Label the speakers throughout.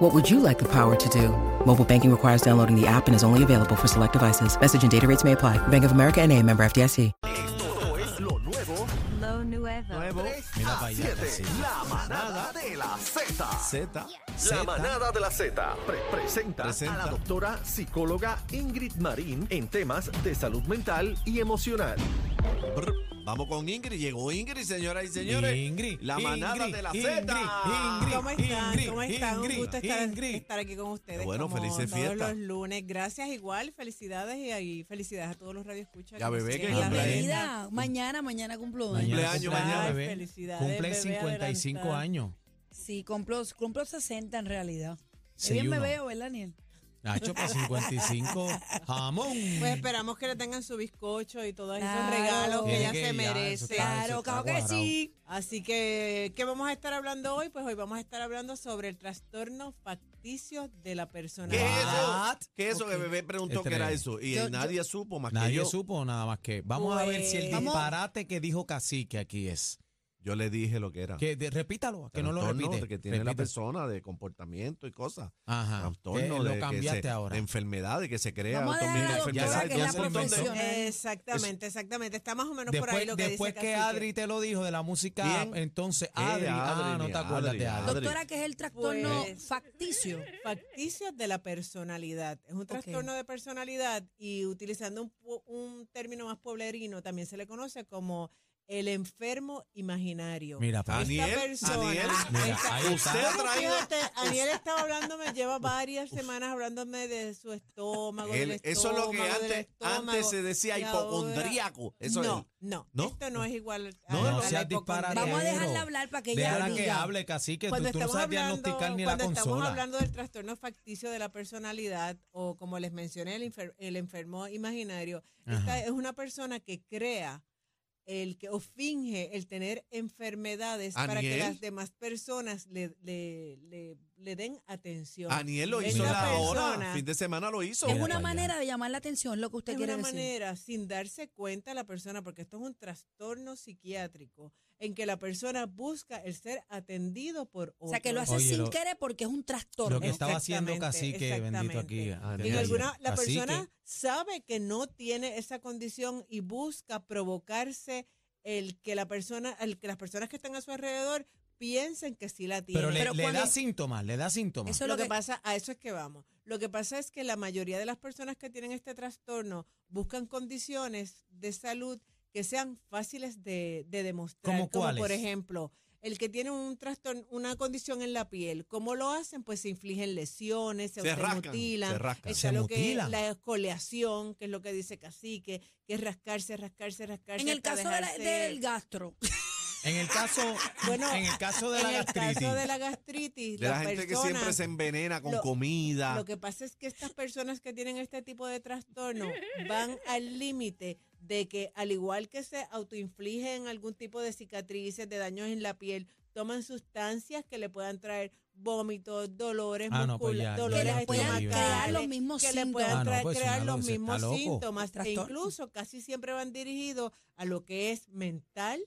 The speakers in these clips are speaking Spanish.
Speaker 1: What would you like the power to do? Mobile banking requires downloading the app and is only available for select devices. Message and data rates may apply. Bank of America and a member FDIC.
Speaker 2: Esto es lo nuevo.
Speaker 3: Lo nuevo.
Speaker 4: nuevo.
Speaker 2: 3
Speaker 4: Mira
Speaker 2: a
Speaker 4: para allá,
Speaker 2: 7.
Speaker 4: sí.
Speaker 2: La manada de la Z.
Speaker 4: Z.
Speaker 2: La
Speaker 4: Z.
Speaker 2: manada de la Z pre- presenta,
Speaker 4: Presenta.
Speaker 2: a la doctora psicóloga Ingrid Marín en temas de salud mental y emocional.
Speaker 4: Brr. Vamos con Ingrid. Llegó Ingrid, señoras y señores.
Speaker 5: Ingrid,
Speaker 4: La manada
Speaker 5: Ingrid,
Speaker 4: de la
Speaker 5: Ingrid,
Speaker 4: Z.
Speaker 5: Ingrid.
Speaker 6: ¿Cómo están?
Speaker 5: Ingrid,
Speaker 6: ¿Cómo están?
Speaker 5: Ingrid,
Speaker 6: Un gusto estar,
Speaker 5: Ingrid.
Speaker 6: estar aquí con ustedes.
Speaker 4: Bueno,
Speaker 6: como
Speaker 4: felices
Speaker 6: todos
Speaker 4: fiestas.
Speaker 6: los lunes. Gracias igual, felicidades y, y felicidades a todos los radioescuchas.
Speaker 4: Ya,
Speaker 6: nos
Speaker 4: bebé,
Speaker 6: siguen
Speaker 4: que
Speaker 6: en la
Speaker 4: cumpla
Speaker 6: vida.
Speaker 7: Bienvenida. Mañana, mañana cumplo años.
Speaker 5: Mañana
Speaker 4: Cumpleaños,
Speaker 5: cumple-
Speaker 4: mañana.
Speaker 5: Ay,
Speaker 6: bebé.
Speaker 5: Felicidades,
Speaker 6: Cumple
Speaker 5: Cumple 55
Speaker 6: adelantado.
Speaker 5: años.
Speaker 7: Sí, cumplo, cumplo 60 en realidad. Qué
Speaker 5: Sí,
Speaker 7: bien me
Speaker 5: uno.
Speaker 7: veo, ¿verdad, Daniel?
Speaker 5: Nacho, para 55, jamón.
Speaker 6: Pues esperamos que le tengan su bizcocho y todos
Speaker 7: Claro.
Speaker 6: esos regalos que
Speaker 7: Tiene
Speaker 6: ella
Speaker 5: que-
Speaker 6: se
Speaker 5: ya, eso
Speaker 6: merece.
Speaker 5: está- eso
Speaker 7: Claro,
Speaker 5: está
Speaker 7: claro que
Speaker 5: cuadrado.
Speaker 7: sí.
Speaker 6: Así que, ¿qué vamos a estar hablando hoy? Pues hoy vamos a estar hablando sobre el trastorno facticio de la Ah,
Speaker 4: ¿Qué es
Speaker 6: personalidad.
Speaker 4: eso? ¿Qué es eso
Speaker 6: Ok.
Speaker 4: que bebé preguntó
Speaker 5: Este
Speaker 4: que era
Speaker 5: nene.
Speaker 4: eso? Y
Speaker 7: Yo-
Speaker 4: nadie supo más que
Speaker 5: Nadie
Speaker 4: yo.
Speaker 5: supo nada más que. Vamos a ver si el
Speaker 6: Pues- Vamos.
Speaker 5: disparate que dijo Cacique aquí es.
Speaker 4: Yo le dije lo que era.
Speaker 5: Que de- repítalo, que no lo
Speaker 4: Trastorno
Speaker 5: repite.
Speaker 4: Que tiene la
Speaker 5: Repite.
Speaker 4: persona de comportamiento y cosas.
Speaker 5: Ajá. que
Speaker 4: Trastorno de
Speaker 5: lo
Speaker 4: que
Speaker 5: cambiaste
Speaker 4: se-
Speaker 5: ahora.
Speaker 4: De enfermedad, de que se crea
Speaker 7: Vamos a
Speaker 4: autoinmune,
Speaker 7: dejar a la
Speaker 5: Ya
Speaker 4: enfermedad,
Speaker 5: se-
Speaker 7: doctora, que
Speaker 5: ya
Speaker 7: es
Speaker 4: entonces
Speaker 7: la
Speaker 5: se inventó.
Speaker 7: profesional.
Speaker 6: Exactamente, exactamente. Está más o menos por ahí
Speaker 5: Después,
Speaker 6: lo que
Speaker 5: después
Speaker 6: dice
Speaker 5: que
Speaker 6: Cacique.
Speaker 5: Adri te lo dijo de la música,
Speaker 4: ¿Quién?
Speaker 5: entonces
Speaker 4: ¿Qué
Speaker 5: Adri, ah,
Speaker 4: Adri,
Speaker 5: no
Speaker 4: ni
Speaker 5: te acuerdas de
Speaker 4: Adri,
Speaker 5: Adri.
Speaker 4: Adri.
Speaker 7: Doctora, que es el trastorno
Speaker 6: Pues-
Speaker 7: facticio.
Speaker 6: facticios de la personalidad. Es un trastorno de personalidad y utilizando un, pu- un término más pueblerino, también se le conoce como el enfermo imaginario.
Speaker 5: Mira, para
Speaker 4: Ani- Aniel, Aniel,
Speaker 5: mira,
Speaker 6: esta-
Speaker 5: ahí
Speaker 4: está. Usted
Speaker 6: Pero
Speaker 4: ha traído-
Speaker 6: fíjate, Aniel estaba hablándome, lleva varias semanas hablándome de su estómago, del
Speaker 4: Él- Eso es lo que
Speaker 6: estómago, del
Speaker 4: antes, antes
Speaker 6: estómago,
Speaker 4: se decía
Speaker 6: y ahora-
Speaker 4: hipocondríaco. Eso
Speaker 6: no,
Speaker 4: es.
Speaker 6: no,
Speaker 4: ¿No?
Speaker 6: esto no es igual a-
Speaker 4: No,
Speaker 6: a
Speaker 4: no
Speaker 6: la
Speaker 5: seas
Speaker 6: hipocondría.
Speaker 5: disparatero.
Speaker 7: Vamos a dejarla hablar para que ella
Speaker 5: Déjala
Speaker 7: diga.
Speaker 5: que hable, Cacique, tú,
Speaker 6: cuando
Speaker 5: tú no
Speaker 6: estamos
Speaker 5: sabes
Speaker 6: hablando,
Speaker 5: diagnosticar ni la
Speaker 6: cuando estamos
Speaker 5: consola.
Speaker 6: hablando del trastorno facticio de la personalidad o como les mencioné el, enfer- el enfermo imaginario, esta
Speaker 5: Ajá.
Speaker 6: es una persona que crea el que o finge el tener enfermedades para que
Speaker 4: Aniel.
Speaker 6: las demás personas le, le, le, le den atención.
Speaker 4: Aniel lo
Speaker 6: Es
Speaker 4: hizo
Speaker 5: una
Speaker 4: la hora.
Speaker 6: persona-
Speaker 4: Fin de semana lo hizo.
Speaker 7: Es
Speaker 5: Mira
Speaker 7: una
Speaker 5: para
Speaker 7: manera de llamar la atención lo que usted
Speaker 6: es
Speaker 7: quiere
Speaker 6: una
Speaker 7: decir.
Speaker 6: manera sin darse cuenta la persona, porque esto es un trastorno psiquiátrico en que la persona busca el ser atendido por otro.
Speaker 7: o sea, que lo hace
Speaker 5: Oye,
Speaker 7: sin
Speaker 5: lo-
Speaker 7: querer porque es un trastorno.
Speaker 5: Lo que estaba haciendo
Speaker 6: Exactamente,
Speaker 5: Cacique, bendito aquí.
Speaker 4: exactamente.
Speaker 6: En
Speaker 4: Ella,
Speaker 6: alguna, la
Speaker 5: Cacique,
Speaker 6: persona sabe que no tiene esa condición y busca provocarse el que la persona, el que las personas que están a su alrededor piensen que sí la tienen.
Speaker 5: Pero le,
Speaker 7: Pero
Speaker 5: le
Speaker 7: cuando
Speaker 5: da
Speaker 7: es-
Speaker 5: síntomas, le da síntomas.
Speaker 7: Eso es
Speaker 6: lo
Speaker 7: lo
Speaker 6: que
Speaker 7: que-
Speaker 6: pasa, a eso es que vamos. Lo que pasa es que la mayoría de las personas que tienen este trastorno buscan condiciones de salud que sean fáciles de, de demostrar.
Speaker 5: ¿Cómo cuáles?
Speaker 6: por ejemplo, el que tiene un trastorno, una condición en la piel, ¿cómo lo hacen? Pues se infligen lesiones, se,
Speaker 4: Se rascan.
Speaker 6: automutilan.
Speaker 4: Se rascan.
Speaker 6: Está
Speaker 5: Se
Speaker 6: lo que
Speaker 5: mutilan.
Speaker 6: la escoleación, que es lo que dice Cacique, que es rascarse, rascarse, rascarse.
Speaker 7: En el
Speaker 6: hasta
Speaker 7: caso de la-
Speaker 6: dejarse-
Speaker 7: del gastro,
Speaker 5: En el caso,
Speaker 6: Bueno,
Speaker 5: en el caso de
Speaker 6: en
Speaker 5: la
Speaker 6: el
Speaker 5: gastritis.
Speaker 6: caso de la gastritis,
Speaker 4: De la
Speaker 6: las
Speaker 4: gente que
Speaker 6: personas-
Speaker 4: siempre se envenena con
Speaker 6: lo-
Speaker 4: comida.
Speaker 6: Lo que pasa es que estas personas que tienen este tipo de trastorno van al límite de que al igual que se autoinfligen algún tipo de cicatrices, de daños en la piel, toman sustancias que le puedan traer vómitos, dolores
Speaker 5: Ah, no, pues
Speaker 6: musculares,
Speaker 5: ya,
Speaker 7: que
Speaker 6: dolores
Speaker 5: ya,
Speaker 7: le puedan
Speaker 5: ya,
Speaker 6: estomacales,
Speaker 7: crear
Speaker 5: ya.
Speaker 7: los mismos
Speaker 6: que le puedan
Speaker 5: Ah,
Speaker 7: síntomas.
Speaker 5: no,
Speaker 6: tra-
Speaker 5: pues,
Speaker 6: crear
Speaker 5: una
Speaker 6: los
Speaker 5: loca, está
Speaker 6: mismos
Speaker 5: loco.
Speaker 6: síntomas e
Speaker 7: Trastorno.
Speaker 6: incluso casi siempre van dirigidos a lo que es mental.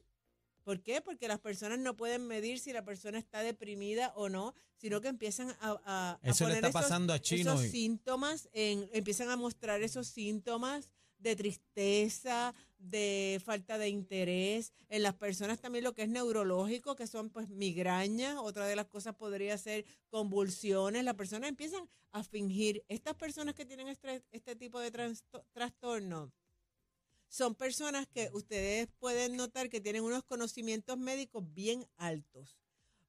Speaker 6: ¿Por qué? Porque las personas no pueden medir si la persona está deprimida o no, sino que empiezan a, a- a
Speaker 5: Eso le
Speaker 6: poner
Speaker 5: está
Speaker 6: esos-
Speaker 5: pasando a Chino.
Speaker 6: esos
Speaker 5: y-
Speaker 6: síntomas, en- empiezan a mostrar esos síntomas de tristeza, de falta de interés, en las personas también lo que es neurológico, que son pues migrañas, otra de las cosas podría ser convulsiones, las personas empiezan a fingir, estas personas que tienen este, este tipo de transto- trastorno, son personas que ustedes pueden notar que tienen unos conocimientos médicos bien altos.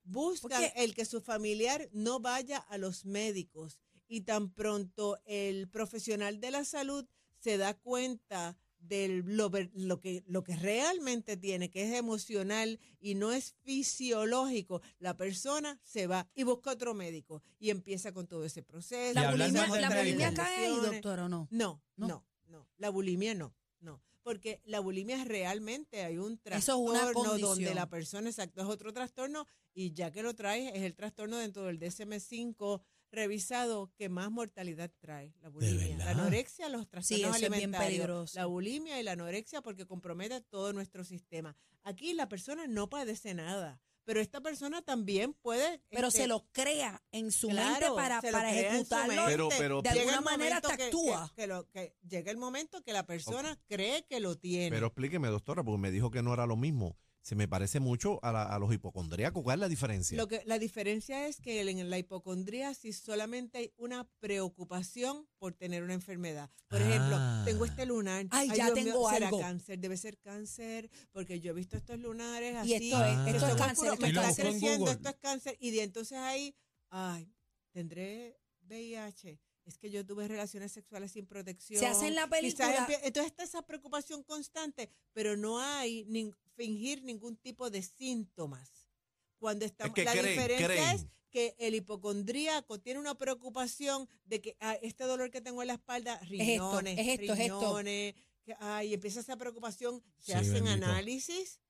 Speaker 6: Buscan
Speaker 7: Porque-
Speaker 6: el que su familiar no vaya a los médicos y tan pronto el profesional de la salud se da cuenta de lo, ver- lo que, lo que realmente tiene, que es emocional y no es fisiológico, la persona se va y busca otro médico y empieza con todo ese proceso.
Speaker 5: Y
Speaker 7: La
Speaker 5: hablando
Speaker 7: bulimia,
Speaker 5: del
Speaker 7: la
Speaker 5: médico.
Speaker 7: bulimia cae ahí, doctor, ¿o no?
Speaker 6: No, no,
Speaker 7: No.
Speaker 6: no, La bulimia no, no. porque la bulimia es realmente hay un
Speaker 7: Eso es una
Speaker 6: trastorno donde
Speaker 7: condición.
Speaker 6: la persona, exacto, es otro trastorno y ya que lo traes, es el trastorno dentro del DSM-5 revisado que más mortalidad trae la bulimia. La
Speaker 5: verdad?
Speaker 6: anorexia, los trastornos
Speaker 7: eso es bien
Speaker 6: alimentarios,
Speaker 7: peligroso.
Speaker 6: la bulimia y la anorexia porque compromete todo nuestro sistema. Aquí la persona no padece nada, pero esta persona también puede...
Speaker 7: Pero
Speaker 6: este,
Speaker 7: se lo crea en su mente
Speaker 6: Claro,
Speaker 7: para,
Speaker 6: se lo
Speaker 7: para
Speaker 6: crea en su
Speaker 7: ejecutarlo.
Speaker 6: mente.
Speaker 4: Pero- pero-
Speaker 7: de
Speaker 6: Llega
Speaker 7: alguna
Speaker 6: el
Speaker 7: manera
Speaker 6: momento
Speaker 7: te
Speaker 6: que-
Speaker 7: actúa.
Speaker 6: Que, que lo- que llega el momento que la persona cree que lo tiene.
Speaker 4: Pero explíqueme, doctora, porque me dijo que no era lo mismo. Se me parece mucho a, la- a los hipocondríacos. ¿Cuál es la diferencia?
Speaker 6: Lo que, la diferencia es que en la hipocondría si solamente hay una preocupación por tener una enfermedad. Por ejemplo,
Speaker 5: Ah.
Speaker 6: tengo este lunar.
Speaker 7: Ay, ya
Speaker 6: Dios mío,
Speaker 7: tengo
Speaker 6: será
Speaker 7: algo.
Speaker 6: cáncer, debe ser cáncer, porque yo he visto estos lunares así.
Speaker 7: Y esto es,
Speaker 5: Ah.
Speaker 6: que
Speaker 7: esto es
Speaker 6: son
Speaker 7: cáncer.
Speaker 6: oscuros,
Speaker 7: esto
Speaker 6: me
Speaker 5: Y
Speaker 7: es
Speaker 6: está
Speaker 5: lo buscó en
Speaker 7: cáncer.
Speaker 6: creciendo,
Speaker 5: Google.
Speaker 6: esto es cáncer. Y de entonces ahí, ay, tendré VIH. Es que yo tuve relaciones sexuales sin protección.
Speaker 7: Se hace en la
Speaker 6: Quizás
Speaker 7: película.
Speaker 6: empie- Entonces está esa preocupación constante, pero no hay nin- fingir ningún tipo de síntomas. Cuando estamos,
Speaker 4: que
Speaker 6: la
Speaker 4: creen,
Speaker 6: diferencia
Speaker 4: creen.
Speaker 6: es que el hipocondríaco tiene una preocupación de que ah, este dolor que tengo en la espalda,
Speaker 7: esto,
Speaker 6: riñones,
Speaker 7: es esto, es esto.
Speaker 6: riñones, que, ay, empieza esa preocupación, se
Speaker 5: Sí,
Speaker 6: hacen
Speaker 5: bendito.
Speaker 6: análisis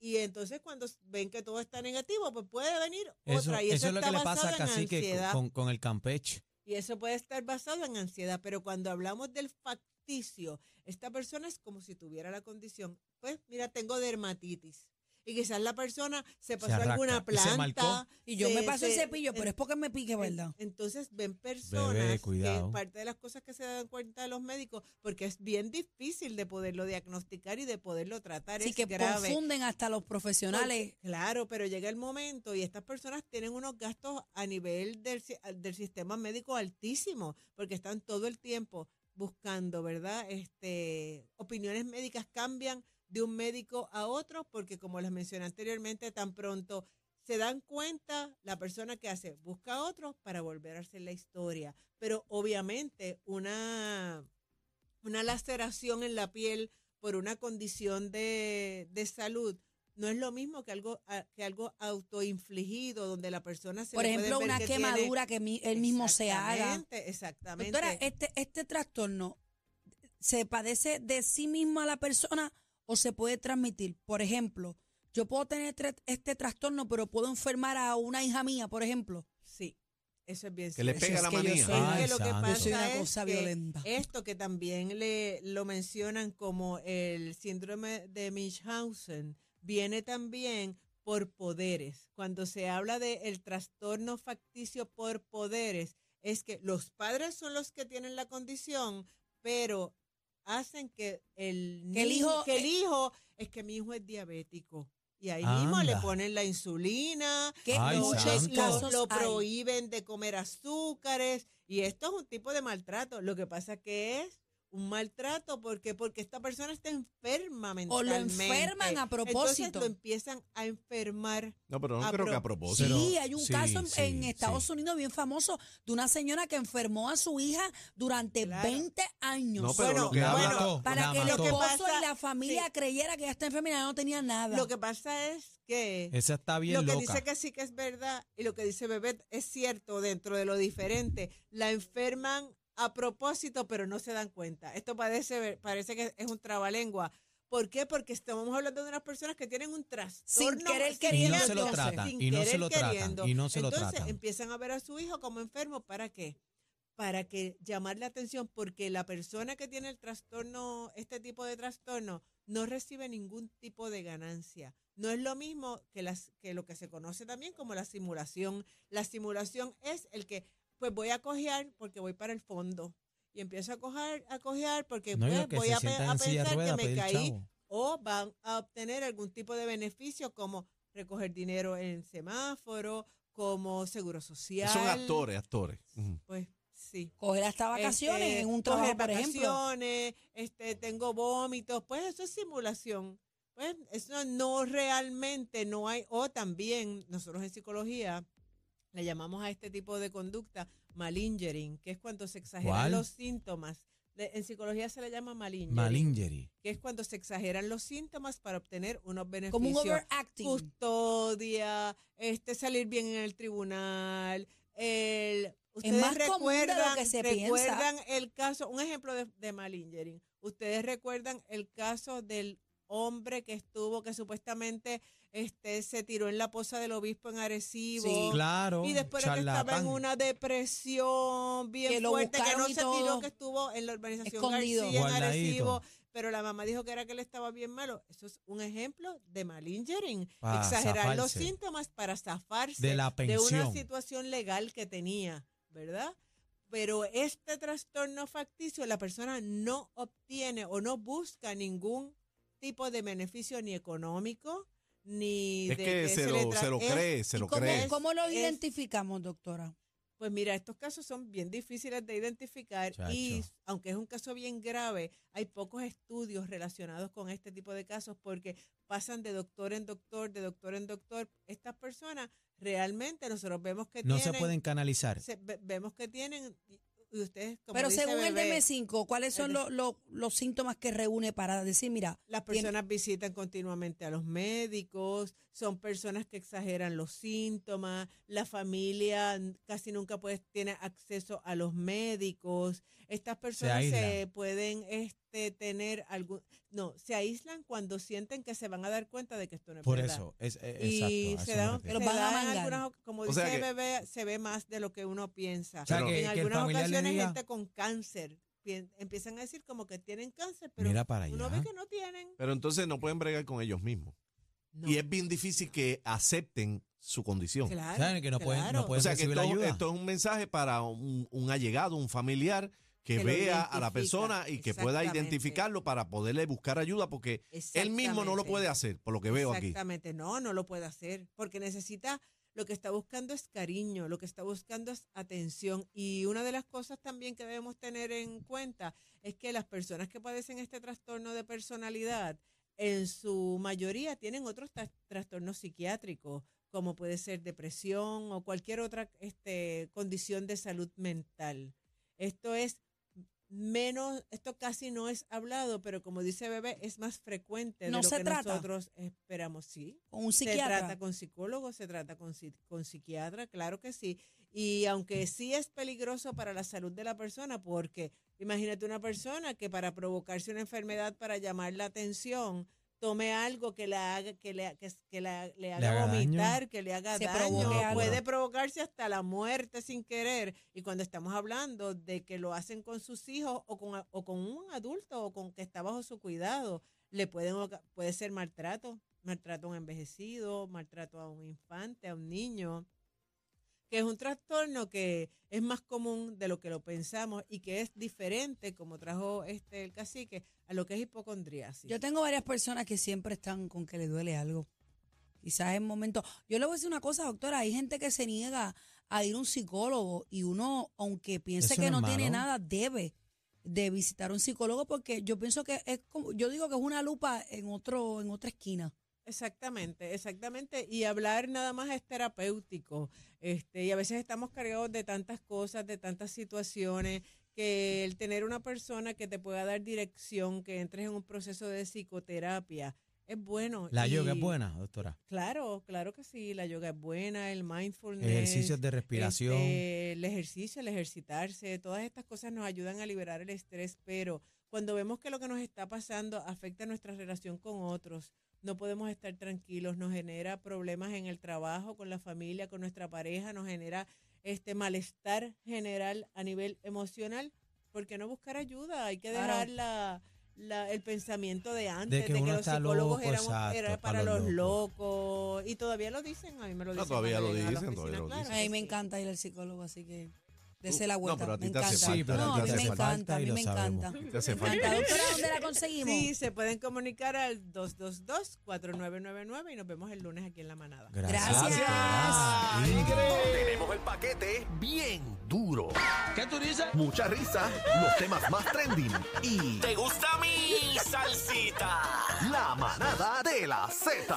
Speaker 6: y entonces cuando s- ven que todo está negativo, pues puede venir
Speaker 5: Eso,
Speaker 6: otra y
Speaker 5: eso
Speaker 6: eso,
Speaker 5: es lo
Speaker 6: está
Speaker 5: que le
Speaker 6: basado
Speaker 5: pasa a
Speaker 6: en
Speaker 5: Cacique
Speaker 6: ansiedad.
Speaker 5: con, con el campeche.
Speaker 6: Y eso puede estar basado en ansiedad, pero cuando hablamos del facticio, esta persona es como si tuviera la condición. Pues mira, tengo dermatitis. Y quizás la persona se pasó
Speaker 5: arrasca,
Speaker 6: alguna
Speaker 5: y se marcó.
Speaker 6: planta.
Speaker 7: Y yo me
Speaker 6: se-
Speaker 7: paso el
Speaker 6: se-
Speaker 7: cepillo, pero es porque me pique,
Speaker 6: en-
Speaker 7: ¿verdad?
Speaker 6: Entonces ven personas
Speaker 5: cuidado.
Speaker 6: que parte de las cosas que se dan cuenta de los médicos, porque es bien difícil de poderlo diagnosticar y de poderlo tratar.
Speaker 7: Así
Speaker 6: es
Speaker 7: que
Speaker 6: grave.
Speaker 7: confunden hasta los profesionales.
Speaker 6: Porque, claro, pero llega el momento y estas personas tienen unos gastos a nivel del, si- del sistema médico altísimo, porque están todo el tiempo buscando, ¿verdad? Este, opiniones médicas cambian de un médico a otro, porque como les mencioné anteriormente, tan pronto se dan cuenta la persona que hace, busca a otro para volver a hacer la historia. Pero obviamente una, una laceración en la piel por una condición de, de salud no es lo mismo que algo, a- que algo autoinfligido, donde la persona se
Speaker 7: Por
Speaker 6: le puede
Speaker 7: ejemplo,
Speaker 6: ver
Speaker 7: una
Speaker 6: que tiene-
Speaker 7: quemadura que mi- él mismo se haga.
Speaker 6: Exactamente, Exactamente.
Speaker 7: Doctora, este, este trastorno se padece de sí misma la persona o se puede transmitir. Por ejemplo, yo puedo tener tra- este trastorno, pero puedo enfermar a una hija mía, por ejemplo.
Speaker 6: sí, eso es bien
Speaker 4: Que le
Speaker 6: cierto.
Speaker 4: pega
Speaker 7: es
Speaker 4: la
Speaker 7: que yo
Speaker 4: manía.
Speaker 7: soy-
Speaker 6: Es
Speaker 5: Ay,
Speaker 6: que lo que
Speaker 5: santo.
Speaker 6: pasa
Speaker 7: Yo soy una
Speaker 6: es
Speaker 7: cosa
Speaker 6: que
Speaker 7: violenta.
Speaker 6: Esto que también le lo mencionan como el síndrome de Munchausen viene también por poderes. Cuando se habla del el trastorno facticio por poderes, es que los padres son los que tienen la condición, pero hacen que el,
Speaker 7: Que el
Speaker 6: ni-
Speaker 7: hijo- e
Speaker 6: que el hijo- es que mi hijo es diabético. Y ahí mismo
Speaker 5: Anda.
Speaker 6: le ponen la insulina,
Speaker 7: Que
Speaker 5: Ay,
Speaker 7: muchos
Speaker 5: santo.
Speaker 7: casos
Speaker 6: lo
Speaker 7: hay.
Speaker 6: prohíben de comer azúcares y esto es un tipo de maltrato. Lo que pasa que es un maltrato porque porque esta persona está enferma
Speaker 7: O lo
Speaker 6: mentalmente.
Speaker 7: enferman a
Speaker 6: Entonces
Speaker 7: propósito.
Speaker 6: lo empiezan a enfermar.
Speaker 4: no, pero no
Speaker 6: Ah,
Speaker 4: creo
Speaker 6: pero-
Speaker 4: que a propósito.
Speaker 7: Sí,
Speaker 5: Pero-
Speaker 7: hay un
Speaker 5: sí,
Speaker 7: caso en,
Speaker 5: sí,
Speaker 7: en Estados
Speaker 5: sí.
Speaker 7: Unidos bien famoso de una señora que enfermó a su hija durante
Speaker 6: Claro.
Speaker 7: 20 años.
Speaker 4: No, pero lo que
Speaker 5: La
Speaker 4: habla-
Speaker 6: bueno,
Speaker 5: mató,
Speaker 7: para
Speaker 5: la
Speaker 7: que el
Speaker 5: mató.
Speaker 6: que
Speaker 7: esposo
Speaker 6: pasa-
Speaker 7: y la familia
Speaker 6: sí.
Speaker 7: creyera que ella está enferma y ella no tenía nada.
Speaker 6: Lo que pasa es que
Speaker 5: Esa está bien
Speaker 6: lo que
Speaker 5: loca.
Speaker 6: dice que sí que es verdad y lo que dice Bebet es cierto dentro de lo diferente. La enferman a propósito, pero no se dan cuenta. Esto parece, parece que es un trabalengua. ¿Por qué? Porque estamos hablando de unas personas que tienen un trastorno.
Speaker 7: querer
Speaker 5: y
Speaker 7: queriendo,
Speaker 5: no se lo
Speaker 7: entonces,
Speaker 5: tratan,
Speaker 6: sin
Speaker 5: y no se
Speaker 6: querer
Speaker 5: lo tratan,
Speaker 6: queriendo.
Speaker 5: y no se lo
Speaker 6: Entonces
Speaker 5: tratan.
Speaker 6: empiezan a ver a su hijo como enfermo. ¿Para qué? Para que llamar la atención, porque la persona que tiene el trastorno, este tipo de trastorno, no recibe ningún tipo de ganancia. No es lo mismo que, las, que lo que se conoce también como la simulación. La simulación es el que, pues voy a cojear porque voy para el fondo. Y empiezo a cojear, a cojear porque
Speaker 5: No, y
Speaker 6: pues,
Speaker 5: los que
Speaker 6: voy
Speaker 5: se
Speaker 6: a, pe-
Speaker 5: sientan
Speaker 6: a
Speaker 5: en silla de
Speaker 6: pensar
Speaker 5: ruedas
Speaker 6: que
Speaker 5: a
Speaker 6: me
Speaker 5: pedir
Speaker 6: caí
Speaker 5: chavo.
Speaker 6: o van a obtener algún tipo de beneficio como recoger dinero en semáforo, como seguro social.
Speaker 4: Son actores, actores. Ujú.
Speaker 6: Pues sí.
Speaker 7: coger hasta vacaciones
Speaker 6: Este,
Speaker 7: en un
Speaker 6: coger
Speaker 7: trabajo, por ejemplo.
Speaker 6: vacaciones, este, tengo vómitos, pues eso es simulación. Pues eso no realmente no hay, o también nosotros en psicología le llamamos a este tipo de conducta malingering, que es cuando se exageran
Speaker 5: ¿Cuál?
Speaker 6: los síntomas. Le- en psicología se le llama malingering
Speaker 5: Malingerie.
Speaker 6: que es cuando se exageran los síntomas para obtener unos beneficios.
Speaker 7: Como un overacting.
Speaker 6: Custodia, este salir bien en el tribunal, el ustedes
Speaker 7: más común de lo
Speaker 6: recuerdan,
Speaker 7: que se piensa.
Speaker 6: recuerdan el caso, un ejemplo de, de malingering. Ustedes recuerdan el caso del hombre que estuvo, que supuestamente este, se tiró en la posa del obispo en Arecibo.
Speaker 7: Sí.
Speaker 5: Claro.
Speaker 6: Y después era que estaba en
Speaker 5: charlatán.
Speaker 6: una depresión bien
Speaker 7: Que lo
Speaker 6: fuerte, que
Speaker 7: buscaron
Speaker 6: no
Speaker 7: y
Speaker 6: se
Speaker 7: todo.
Speaker 6: tiró, que estuvo en la urbanización
Speaker 7: Escondido.
Speaker 6: García, en
Speaker 5: Guardadito.
Speaker 6: Arecibo. Pero la mamá dijo que era que él estaba bien malo. Eso es un ejemplo de malingering.
Speaker 5: Para
Speaker 6: Exagerar los
Speaker 5: zafarse.
Speaker 6: síntomas para zafarse
Speaker 5: De la
Speaker 6: una
Speaker 5: pensión.
Speaker 6: situación legal que tenía, ¿verdad? Pero este trastorno facticio, la persona no obtiene o no busca ningún tipo de beneficio ni económico, ni
Speaker 4: Es
Speaker 6: de
Speaker 4: que se
Speaker 6: le
Speaker 4: lo,
Speaker 6: tra-
Speaker 4: se lo
Speaker 6: es-
Speaker 4: cree, se
Speaker 7: ¿Y
Speaker 4: lo
Speaker 7: cómo,
Speaker 4: cree.
Speaker 7: cómo lo
Speaker 6: Es-
Speaker 7: identificamos, doctora?
Speaker 6: Pues mira, estos casos son bien difíciles de identificar y
Speaker 5: Chacho.
Speaker 6: aunque es un caso bien grave, hay pocos estudios relacionados con este tipo de casos porque pasan de doctor en doctor, de doctor en doctor. Estas personas realmente nosotros vemos que
Speaker 5: No
Speaker 6: tienen,
Speaker 5: se pueden canalizar.
Speaker 6: se- ve- vemos que tienen y y ustedes como
Speaker 7: Pero
Speaker 6: dice
Speaker 7: según
Speaker 6: bebé,
Speaker 7: el DM5, ¿cuáles son
Speaker 6: El
Speaker 7: los, los- los síntomas que reúne para decir, mira,
Speaker 6: Las
Speaker 7: Tiene-
Speaker 6: personas visitan continuamente a los médicos, son personas que exageran los síntomas, la familia n- casi nunca pues, tiene acceso a los médicos. Estas personas se,
Speaker 5: aíslan.
Speaker 6: pueden este, tener algún... No, se aíslan cuando sienten que se van a dar cuenta de que esto no es
Speaker 5: Por
Speaker 6: verdad.
Speaker 5: eso. Es, es-
Speaker 6: Y
Speaker 5: exacto, a
Speaker 6: se
Speaker 5: eso me
Speaker 6: dan,
Speaker 5: refiero.
Speaker 7: Los
Speaker 6: se
Speaker 7: van a
Speaker 6: dan
Speaker 7: mangar.
Speaker 6: algunas, oc- como
Speaker 4: O
Speaker 6: dice
Speaker 4: sea que-
Speaker 6: bebé, se ve más de lo que uno piensa.
Speaker 5: O sea,
Speaker 4: Pero-
Speaker 5: que,
Speaker 6: en
Speaker 5: que el
Speaker 6: algunas
Speaker 5: familiar le
Speaker 6: ocasiones
Speaker 5: diga,
Speaker 6: gente con cáncer pien- empiezan a decir como que tienen cáncer, pero
Speaker 5: mira para allá.
Speaker 6: uno ve que no tienen.
Speaker 4: Pero entonces no pueden bregar con ellos mismos.
Speaker 6: No.
Speaker 4: Y es bien difícil que acepten su condición.
Speaker 6: Claro,
Speaker 5: ¿Saben que no pueden- no
Speaker 6: claro.
Speaker 5: pueden-
Speaker 4: O sea que
Speaker 5: recibir
Speaker 4: esto,
Speaker 5: ayuda.
Speaker 4: esto es un mensaje para un, un allegado, un familiar que,
Speaker 6: Que lo
Speaker 4: vea a la
Speaker 6: identifica,
Speaker 4: persona y que pueda
Speaker 6: exactamente.
Speaker 4: identificarlo para poderle buscar ayuda porque él mismo no lo puede hacer, por lo que veo aquí.
Speaker 6: Exactamente, no, no lo puede hacer, porque necesita, lo que está buscando es cariño, lo que está buscando es atención. Y una de las cosas también que debemos tener en cuenta es que las personas que padecen este trastorno de personalidad, en su mayoría tienen otros tra- trastornos psiquiátricos, como puede ser depresión o cualquier otra este, condición de salud mental. Esto es menos, esto casi no es hablado, pero como dice Bebé, es más frecuente
Speaker 7: No
Speaker 6: de lo
Speaker 7: se
Speaker 6: que
Speaker 7: trata.
Speaker 6: nosotros esperamos, sí.
Speaker 7: con un
Speaker 6: Se
Speaker 7: psiquiatra.
Speaker 6: trata con psicólogo, se trata con, psi- con psiquiatra, claro que sí. Y aunque sí es peligroso para la salud de la persona, porque imagínate una persona que para provocarse una enfermedad, para llamar la atención, tome algo que, la haga, que, le, que, que la- le haga
Speaker 5: haga daño.
Speaker 6: vomitar, que le haga
Speaker 7: Se
Speaker 6: daño,
Speaker 7: provoque algo.
Speaker 6: puede provocarse hasta la muerte sin querer. Y cuando estamos hablando de que lo hacen con sus hijos o con, a- o con un adulto o con que está bajo su cuidado, le pueden oca- puede ser maltrato, maltrato a un envejecido, maltrato a un infante, a un niño, que es un trastorno que es más común de lo que lo pensamos y que es diferente, como trajo este el cacique, a lo que es hipocondriasis.
Speaker 7: Yo tengo varias personas que siempre están con que le duele algo. Quizás en momentos. Yo le voy a decir una cosa, doctora. Hay gente que se niega a ir a un psicólogo y uno, aunque piense
Speaker 5: Eso
Speaker 7: que
Speaker 5: no
Speaker 7: no
Speaker 5: es
Speaker 7: tiene
Speaker 5: malo.
Speaker 7: nada, debe de visitar un psicólogo porque yo pienso que es como, yo digo que es una lupa en otro, en otra esquina.
Speaker 6: Exactamente, exactamente. Y hablar nada más es terapéutico. Este, y a veces estamos cargados de tantas cosas, de tantas situaciones, que el tener una persona que te pueda dar dirección, que entres en un proceso de psicoterapia, es bueno.
Speaker 5: La yoga
Speaker 6: pues, Y-
Speaker 5: es buena, doctora.
Speaker 6: Claro, claro que sí. La yoga es buena, el mindfulness.
Speaker 5: Ejercicios de respiración.
Speaker 6: Este, el ejercicio, el ejercitarse, todas estas cosas nos ayudan a liberar el estrés, pero cuando vemos que lo que nos está pasando afecta nuestra relación con otros, no podemos estar tranquilos, nos genera problemas en el trabajo, con la familia, con nuestra pareja, nos genera este malestar general a nivel emocional, porque no buscar ayuda, hay que
Speaker 7: Claro.
Speaker 6: dejar la- la- el pensamiento de antes, de que,
Speaker 5: uno
Speaker 6: los
Speaker 5: está
Speaker 6: psicólogos
Speaker 5: loco,
Speaker 6: éramos-
Speaker 5: exacto,
Speaker 6: era para, los locos. y todavía lo dicen, a mí me lo
Speaker 4: No,
Speaker 6: dicen.
Speaker 4: todavía
Speaker 6: cuando
Speaker 4: lo
Speaker 6: llegan a la
Speaker 4: dicen, todavía
Speaker 6: oficina,
Speaker 4: lo
Speaker 6: claro
Speaker 4: dicen.
Speaker 6: que
Speaker 7: A mí me
Speaker 6: sí.
Speaker 7: encanta ir al psicólogo, así que
Speaker 4: Uh,
Speaker 7: dese la
Speaker 4: no,
Speaker 7: vuelta.
Speaker 4: pero a ti
Speaker 7: me
Speaker 4: te hace
Speaker 7: encanta.
Speaker 5: falta, a
Speaker 7: no,
Speaker 5: ti
Speaker 7: a mí
Speaker 5: te
Speaker 7: me
Speaker 5: hace
Speaker 7: encanta,
Speaker 5: falta
Speaker 7: a
Speaker 5: y
Speaker 7: mí
Speaker 5: lo
Speaker 7: me
Speaker 5: sabemos.
Speaker 7: encanta.
Speaker 4: Te hace
Speaker 7: Me encanta. Doctora, ¿dónde la conseguimos?
Speaker 6: Sí, se pueden comunicar al 222-4999 y nos vemos el lunes aquí en La Manada.
Speaker 5: Gracias.
Speaker 7: Gracias.
Speaker 5: doctora. Ingrid.
Speaker 2: Tenemos el paquete bien duro. ¿Qué tú dices? Mucha risa, los temas más trending y... ¿Te gusta mi salsita? La manada de la Z.